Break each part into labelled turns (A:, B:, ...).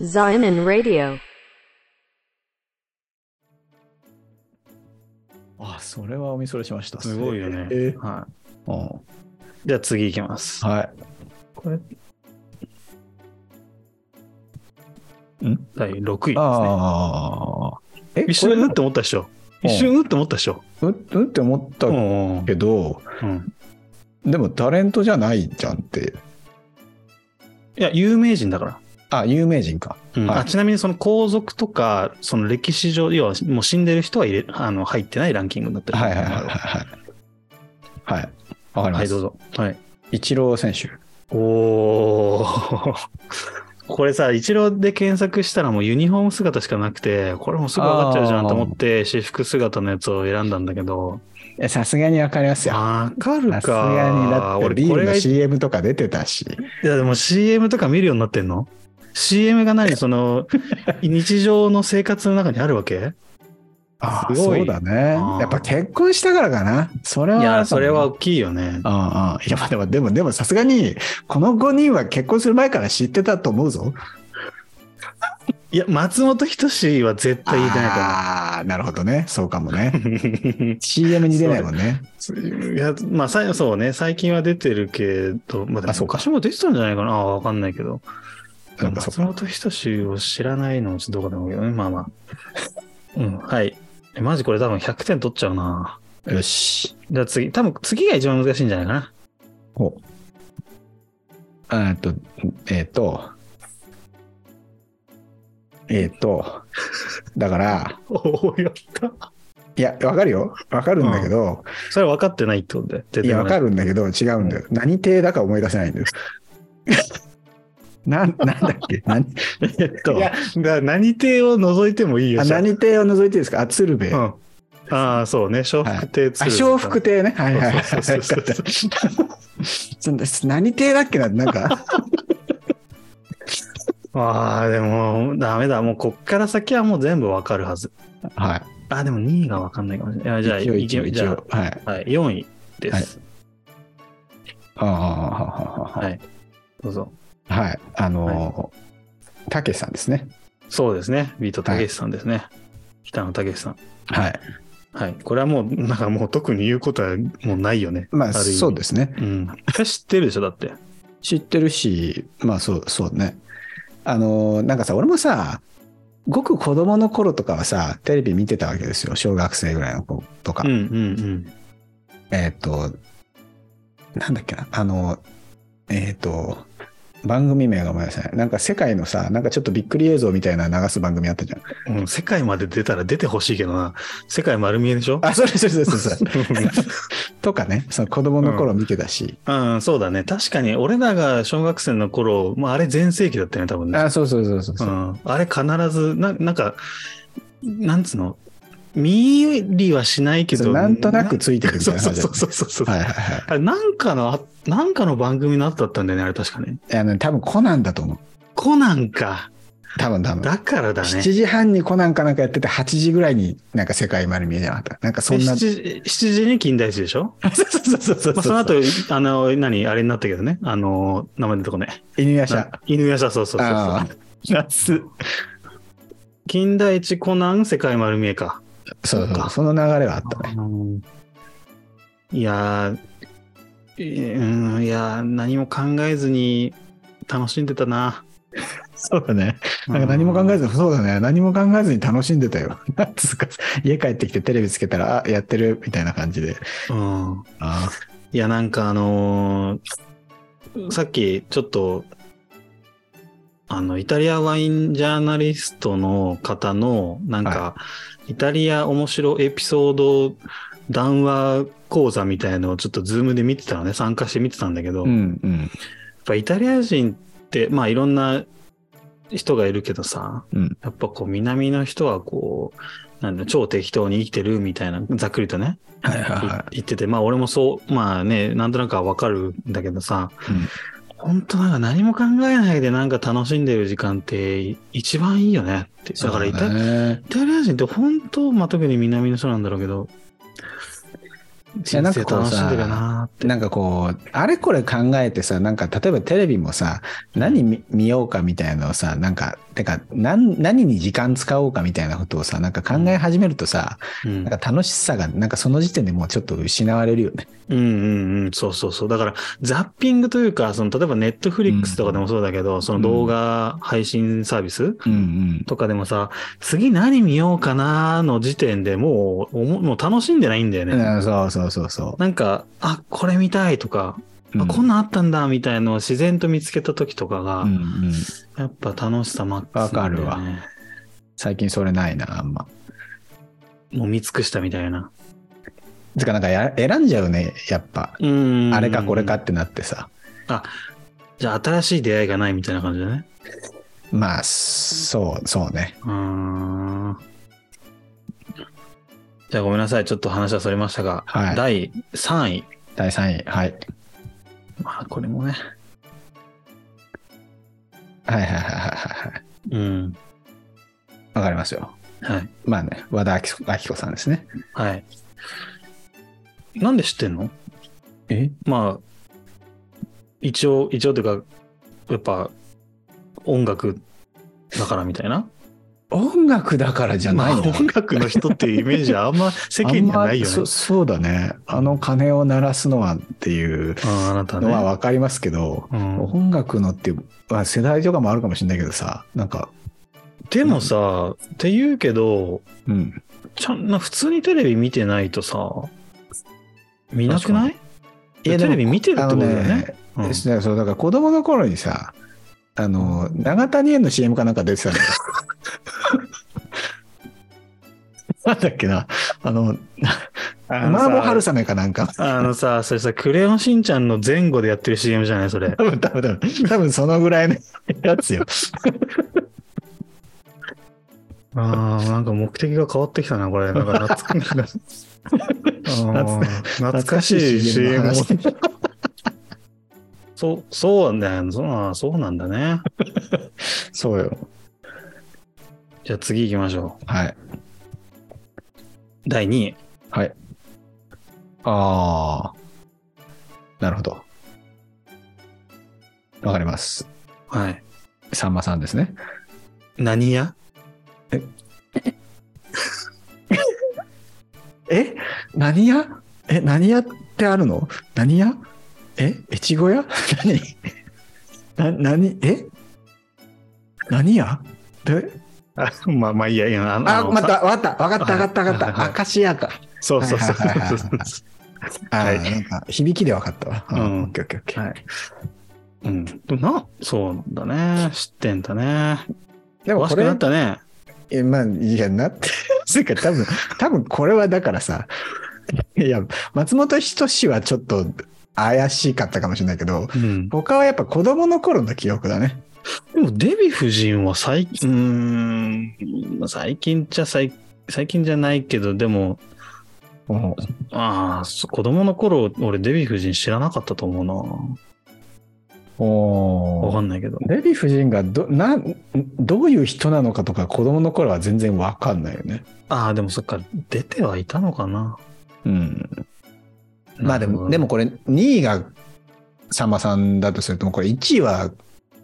A: Zion Radio.
B: あ、それはお見それしました。
C: すごいよね
B: えー
C: はい。
B: うん
C: じゃあ次行きます。
B: はい。これ、
C: 第6位ですね。
B: ああ。え、
C: 一瞬
B: これ
C: うんって思ったでしょ。
B: うん
C: 一瞬うんって思ったでしょ。
B: う、うんって思った
C: うんうん
B: けど、
C: うん
B: でもタレントじゃないじゃんって。
C: いや、有名人だから。
B: あ、有名人か。
C: うん
B: はい
C: あちなみにその皇族とか、その歴史上、要はもう死んでる人は入れあの入ってないランキングになってる。
B: はいはいはいはいはい。はい。わかり
C: は
B: ま
C: い、
B: す。
C: どうぞ。はい。
B: イチロー選手。
C: おー。 これさ、一郎で検索したらもうユニフォーム姿しかなくて、これもうすぐ分かっちゃうじゃんと思って、私服姿のやつを選んだんだけど、
B: えさすがにわかりますよ。
C: わかる
B: さ
C: か。
B: すがにだってビ
C: 俺
B: ー
C: これ
B: ル
C: が
B: の
C: 一
B: CM とか出てたし。
C: いや、でも CM とか見るようになってんの ?CM が何そ の、日常の生活の中にあるわけ
B: ああ、
C: すごい
B: そうだね
C: あ。ー
B: やっぱ結婚したからかな。それはいあるかもね。
C: や、それは大きいよね。
B: うんうん、いやまあでもでもでもさすがにこの5人は結婚する前から知ってたと思うぞ。
C: いや、松本人志は絶対言いてないか
B: ああーなるほどねそうかも ね。
C: ら。
B: CM に出ないもんね。
C: いや、まあ、さそうね、最近は出てるけど、まあ、でも
B: あそうか
C: 昔も出てたんじゃないかな、あわかんないけど。
B: そうかそう
C: 松
B: か
C: 本人志を知らないのもちょっとどうかと思うけどね、まあ まあ。うん、はい。えマジこれ多分100点取っちゃうな。
B: よし。
C: じゃあ次、多分次が一番難しいんじゃないかな。
B: おあーっとえーっとえーっとだから
C: おお、やった。
B: いやわかるよわかるんだけど、
C: それ分かってないってことで。絶対
B: いやわか
C: る。
B: るんだけど違うんだよ。何亭だか思い出せないんです。 なんなんだっけ何
C: えっと、だから何亭を除いてもいいよ。
B: あ
C: じゃあ
B: 何亭を除いていいですかあ鶴瓶。
C: うん。ああ、そうね、笑福亭鶴
B: あ、
C: 瓶
B: 笑福亭ね。はいはいはい。
C: そうそうそうそう
B: そうです何亭だっけななんか、
C: ああ、でも、ダメだ。もう、こっから先はもう全部わか るはず。
B: は
C: あ、でも2位がわかんないかもしれない。いや
B: い。
C: じ
B: 一
C: ゃあ、
B: 応
C: 一
B: 一応
C: 応じ
B: 一
C: ゃ
B: 応。はい。
C: あ、はい、4位です。
B: ああ、
C: は。
B: はい
C: どうぞ。
B: い。はい。あのー、たけしさんですね。
C: そうですね。ビートたけしさんですね。北野たけしさん。
B: はい。
C: はい。これはもう、なんかもう特に言うことはもうないよね。
B: ま
C: あ
B: あ、
C: る意味
B: そうですね。
C: うん。これ知ってるでしょ、だって。
B: 知ってるし、まあ、そう、そうね。あのー、なんかさ、俺もさ、ごく子供の頃とかはさ、テレビ見てたわけですよ。小学生ぐらいの子とか
C: うん。うん
B: えっ、と、なんだっけな、あの、えっ、と、番組名が思い出せない。なんか世界のさ、なんかちょっとびっくり映像みたいなの流す番組あったじゃん。
C: うん。うん、世界まで出たら出てほしいけどな。世界丸見え でしょ
B: あ、そうそうそうそうそう。
C: う
B: とかね、その子供の頃見てたし。
C: んうん、そうだね。確かに、俺らが小学生の頃、まあ、あれ全盛期だったよね、多分ね。
B: あ、そうそうそうそう
C: う
B: そう、
C: ん、あれ必ずな、なんか、なんつうの、見入りはしないけ
B: そ
C: ど、
B: うなんとなくついてるみたい
C: そ
B: な
C: うそ
B: 感
C: う
B: じ
C: そうそうそうそう、
B: はいはいは
C: あれなんかの、あなんかの番組の後だったんだよね、あれ確かね。
B: い。あの、多分コナンだと思う。
C: コナンか。
B: 多分多分。
C: だからだ
B: 7
C: ね。
B: 時半にコナンかなんかやってて、8時ぐらいになんか世界丸見えじゃなかった。なんかそんな。
C: 7時 ,7 時に近代史でしょ、
B: そうそうそうそう
C: まあ、その後、あの、何、あれになったけどね。あの、名前のとこね。
B: 犬夜叉。
C: な犬夜叉、そうそうそうそう
B: あ。ー夏。
C: 近代一コナン世界丸見えか。
B: そう
C: そう
B: そ
C: か
B: う。その流れはあったね。
C: いやー、うん、いやー、何も考えずに楽しんでたな。
B: そうだね。なんか何も考えずに、そうだね。何も考えずに楽しんでたよ。 なんつうか、家帰ってきてテレビつけたら、あ、やってるみたいな感じで。
C: うん。
B: あ
C: いや、なんかあのーさっきちょっと、あの、イタリアワインジャーナリストの方の、なんか、イタリア面白エピソード談話講座みたいのをちょっとズームで見てたのね、参加して見てたんだけど、
B: うんうん。
C: やっぱイタリア人って、まあいろんな人がいるけどさ、
B: うん
C: やっぱこう南の人はこう、なんだろう超適当に生きてるみたいな、ざっくりとね、
B: はいはい
C: い
B: は
C: 言ってて、まあ俺もそう、まあね、なんとなくはわかるんだけどさ、
B: うん
C: 本当なんか何も考えないでなんか楽しんでる時間って一番いいよねって。
B: い。
C: だからイタ,、
B: そうだね
C: イタリア人って本当、まあ特に南の人なんだろうけど、
B: やな
C: 人
B: んかこ
C: 生
B: う
C: 楽
B: さ
C: しんでるなーって。
B: なんかこう、あれこれ考えてさ、なんか例えばテレビもさ、何見見ようかみたいなのをさ、なんか、てか何、何に時間使おうかみたいなことをさ、なんか考え始めるとさ、
C: うん
B: なんか楽しさが、なんかその時点でもうちょっと失われるよね。
C: うんうんうん、そうそうそう。だから、ザッピングというか、その、例えばネットフリックスとかでもそうだけど、その動画配信サービス
B: うんうん。
C: とかでもさ、次何見ようかなの時点でもう、おももう楽しんでないんだよね。
B: うんそうそうそうそ
C: なんか、あ、これ見たいとか、
B: う。
C: あこん
B: な、
C: なんあったんだ、みたいのを自然と見つけた時とかが、
B: うんうん、
C: やっぱ楽しさマックスなんだよね
B: わかる最近それないな、あんま。
C: もう見尽くしたみたいな。
B: てかなんかや選んじゃうね、やっぱ。
C: うん。
B: あれかこれか。ってなってさ。
C: じゃあ、新しい出会いがないみたいな感じだね。
B: まあ、そう、そうね。
C: うーんじゃあごめんなさい。ちょっと話はそれましたが、
B: はい
C: 第3位。
B: 第3位。はい。
C: まあこれもね。
B: はいはいはいはいはいはい。
C: うん。
B: わかりますよ。
C: はい。
B: まあね、和田明子明子さんですね。
C: はい。なんで知ってんの
B: え
C: まあ、一応、一応というか、やっぱ、音楽だからみたいな。
B: 音楽だからじゃないの、
C: まあ音楽の人っていうイメージはあん ま世間にはないよ
B: あん
C: ね
B: まそ。そうだね。あの鐘を鳴らすのはっていう
C: あああなた
B: のは
C: ね。
B: わかりますけど、
C: うん、
B: 音楽のっていう、まあ、世代とかもあるかもしれないけどさ、なんか、
C: でもさ、って言うけど、
B: うん。
C: ちゃんな普通にテレビ見てないとさ、見なくないいやテレビ見てるってことだよ
B: あの
C: ね。うん
B: ですねそうだから子供の頃にさあの永谷園の CM かなんか出てたんだよ なんだっけなあの
C: あの
B: マ
C: さ
B: ーボー春雨かなんか
C: あのさ、それさ、クレヨンしんちゃんの前後でやってる CM じゃないそれ。
B: 多分多分多分多分そのぐらいのやつよ
C: ああ、なんか目的が変わってきたな、これ。なんか懐か あー懐かしい CM も。
B: 懐かしい CM の話
C: そう、そうなんだよ。そうあーそうなんだね。
B: そうよ
C: じゃあ次行きましょう。
B: はい
C: 第2位。
B: はいああなるほどわかります
C: はい。
B: さんまさんですね
C: 何屋
B: え何屋え何屋ってあるの何屋え越後屋 何な何え何屋で
C: あ まあまあいいや、いいや。あの
B: あ、また、わかった、わかった、
C: はい
B: わかった、わか
C: は
B: っ
C: いはいは
B: た。
C: い
B: 明石屋か。
C: そうそうそう。
B: はいはいはいはいは
C: は
B: いい。なんか、響きでわかったわ。
C: うん
B: オッケーオッケーオッケー。
C: はい。うん。でもな、そうなんだね。知ってんだね。
B: でも
C: 詳
B: こ
C: しく
B: れ
C: なっ、たね。
B: えまあ、いや、なって、 つうか、多分、多分これはだからさ、いや、松本人志はちょっと怪しかったかもしれないけど、
C: うん。で
B: 他はやっぱ子供の頃の記憶だね。
C: もデヴィ夫人は最近、うーん、まあ最近じゃ最、最近じゃないけど、でも、
B: うん
C: ああ、そ子供の頃、俺デヴィ夫人知らなかったと思うな。わ
B: お
C: か
B: ー
C: んないけど。
B: デヴィ夫人がどなんどういう人なのかとか子供の頃は全然わかんないよね。
C: ああ、でもそっか、出てはいたのかな。
B: うん、まあでも
C: な
B: で
C: る
B: も
C: ほ
B: これ2位がさんまさんだとするともうこれ1位は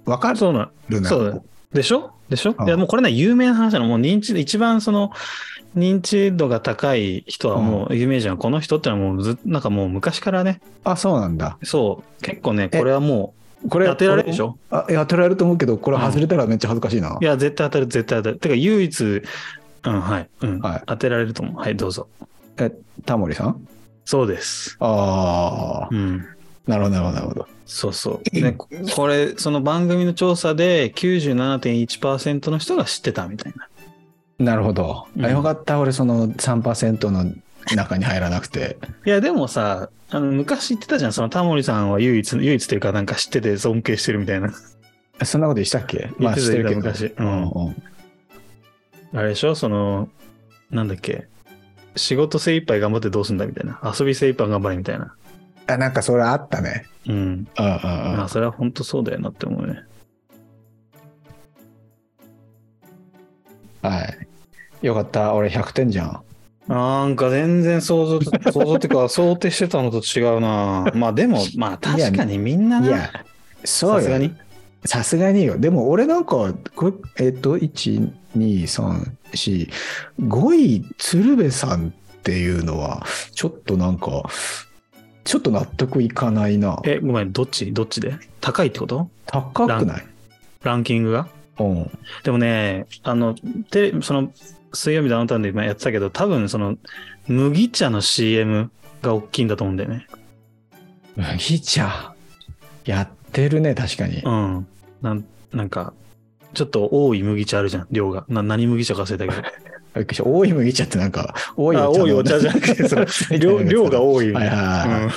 B: わか
C: ど、そうな、
B: るな。
C: そうだでしょでしょ
B: うん
C: いや、もうこれね、有名な話なの。もう認知、一番その、認知度が高い人はもう、有名人はこの人ってのはもうず、なんかもう昔からね、
B: あそうなんだ。
C: そう、結構ね、
B: え
C: これはも
B: こ
C: う、
B: れ
C: 当てられるでしょ
B: あいや当てられると思うけどこれ外れたらめっちゃ恥ずかしいな。
C: いや、絶対当たる、絶対当たる。てか、唯一、うん、はい、うん、
B: はい
C: 当てられると思う。はい、どうぞ。
B: えタモリさん
C: そうです。
B: ああ、
C: うん。
B: なるほどなるほどなるほど。
C: そうそう。ね、ここれ、その番組の調査で97.1%の人が知ってたみたいな。
B: なるほど。
C: うん
B: あよかった俺その3%の中に入らなくて。
C: いや、でもさ、あの、昔言ってたじゃん。そのタモリさんは唯一、唯一というか、なんか知ってて尊敬してるみたいな。
B: そんなことしたっけ
C: 言
B: ま
C: っ
B: あ
C: てた
B: してるけど。
C: 昔う
B: うんんうん
C: あれでしょその、なんだっけ。仕事精一杯頑張ってどうすんだみたいな。遊び精一杯頑張れみたいな。
B: あなんかそれあったね。
C: うん。
B: うんうんうん
C: まあ、それは本当そうだよなって思うね。
B: はい。よかった。俺100点じゃん。
C: なんか全然想像 と、想像っていうか、想定してたのと違うな。まあでも、まあ確かにみんないな、
B: や、そ
C: さ
B: う
C: すが
B: よ。
C: に。
B: さすがによ。でも俺なんか、これえっ、と、1、2、3、4、5位、鶴瓶さんっていうのは、ちょっとなんか、ちょっと納得いかないな。
C: え、ごめん、どっちどっちで高いってこと
B: 高くない
C: ランキングが
B: うん。
C: でもね、あの、テレその、水曜日ダウンタウンで今やってたけど、多分その、麦茶の CM が大きいんだと思うんだよね。
B: 麦茶。やってるね、確かに。
C: うん。なんなんか、ちょっと多い麦茶あるじゃん、量が。な何麦茶か忘れたけ
B: びっくりした多い麦茶ってなんか、 多いお茶
C: あ
B: の。
C: 多いお茶じゃ なくてそのど。 量量が
B: 多い
C: 多いみ
B: は
C: た
B: い
C: いな。
B: はいはい。
C: うん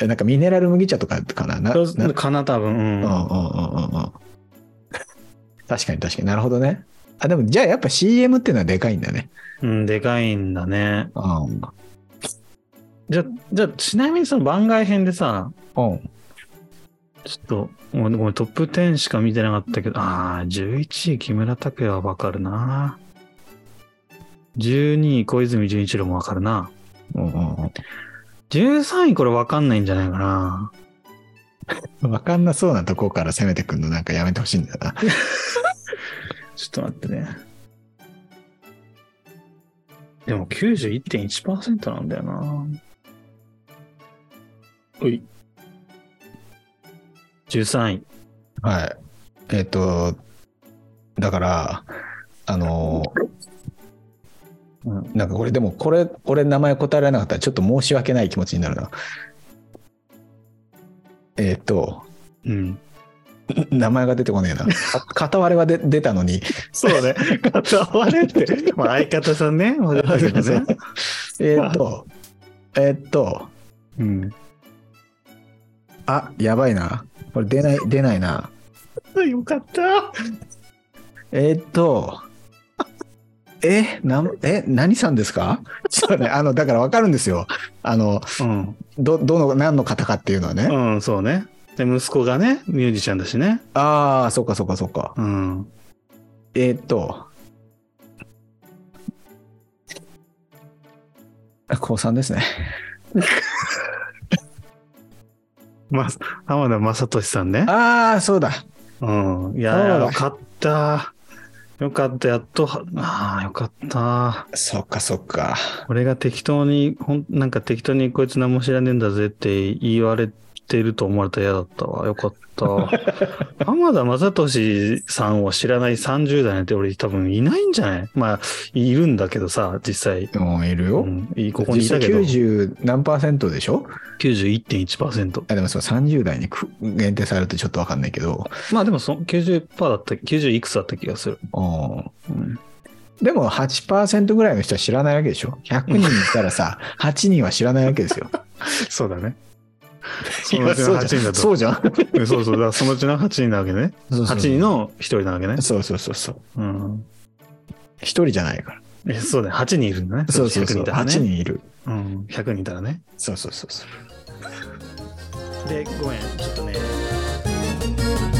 B: えなんかミネラル麦茶とかかな。な
C: そう
B: な
C: かな、多分。うん
B: うんうんうんうんうん 確かに確かになるほどね。あでもじゃあやっぱ CM っていうのはでかいんだね。
C: うん、でかいんだね。
B: うん。
C: じゃ、じゃ、ちなみにその番外編でさ、
B: うん、
C: ちょっと、ごめんごめんトップ10しか見てなかったけど、ああ、11位木村拓哉はわかるな。12位小泉純一郎もわかるな。
B: うんうん
C: 13位これわかんないんじゃないかな。
B: うん。わかんなそうなとこから攻めてくんのなんかやめてほしいんだよな。
C: ちょっと待ってね。でも91.1%なんだよな。おい。13位。
B: はい。えっ、と、だから、あの
C: うん
B: ー、なんかこれでもこれ、俺名前答えられなかったらちょっと申し訳ない気持ちになるな。えっ、と、
C: うん。
B: 名前が出てこねえな。か 片割れはで出たのに、
C: そうね。 片割れって。 まあ相方さん ね。まあ出たけどね
B: えーっと、えーっと、
C: うん。
B: あ、やばいな。これ出ない、出ないな。
C: よかった。
B: えーっと、え、なん、え、何さんですか ちょっとね、あの、だからわかるんですよ。あの、
C: うん。
B: ど、どの、何の方かっていうのはね。
C: うん、そうね。で、息子がね、ミュージシャンだしね。
B: ああ、そうかそうかそうか。
C: うん。
B: えーっと、高3ですね。
C: ま、浜田雅俊さんね。
B: ああ、そうだ。
C: うん。
B: そ
C: い
B: う
C: や、
B: だ
C: よかった。よかった。やっとは、ああ、よかった。
B: そっかそっか。
C: 俺が適当に、ほん、なんか適当にこいつ何も知らねえんだぜって言われてると思われたら嫌だったわ。よ かった。浜田雅俊さんを知らない30代なんて俺多分いないんじゃないまあ、いるんだけどさ、実際。
B: うん、いるよ。
C: うんいいここにいたけど
B: 実。際90何パーセントでしょ
C: 91.1%。
B: あでもその30代にく限定されるとちょっとわかんないけど、
C: まあでもそ90%だった、90いくつだった気がする。
B: うんでも8%ぐらいの人は知らないわけでしょ100人いたら さ8人は知らないわけですよ
C: そうだ ね。 そ
B: い
C: のう
B: や
C: ちの
B: じ
C: 8
B: ゃ
C: 人
B: ん
C: だと。
B: そうじゃん
C: うんそうそう。だからそのうちの8人なわけね。8
B: 8
C: 人の1人なわけね。
B: そうそうそうそう
C: うん。
B: 1人じゃないから
C: えそうだね。8人いるんだね。
B: そうそうそう
C: 100人いたら
B: 8
C: ね。
B: 人いる
C: うん。100人いたらね。
B: そうそうそうそう
C: で、ごめん。ちょっとね。
A: 「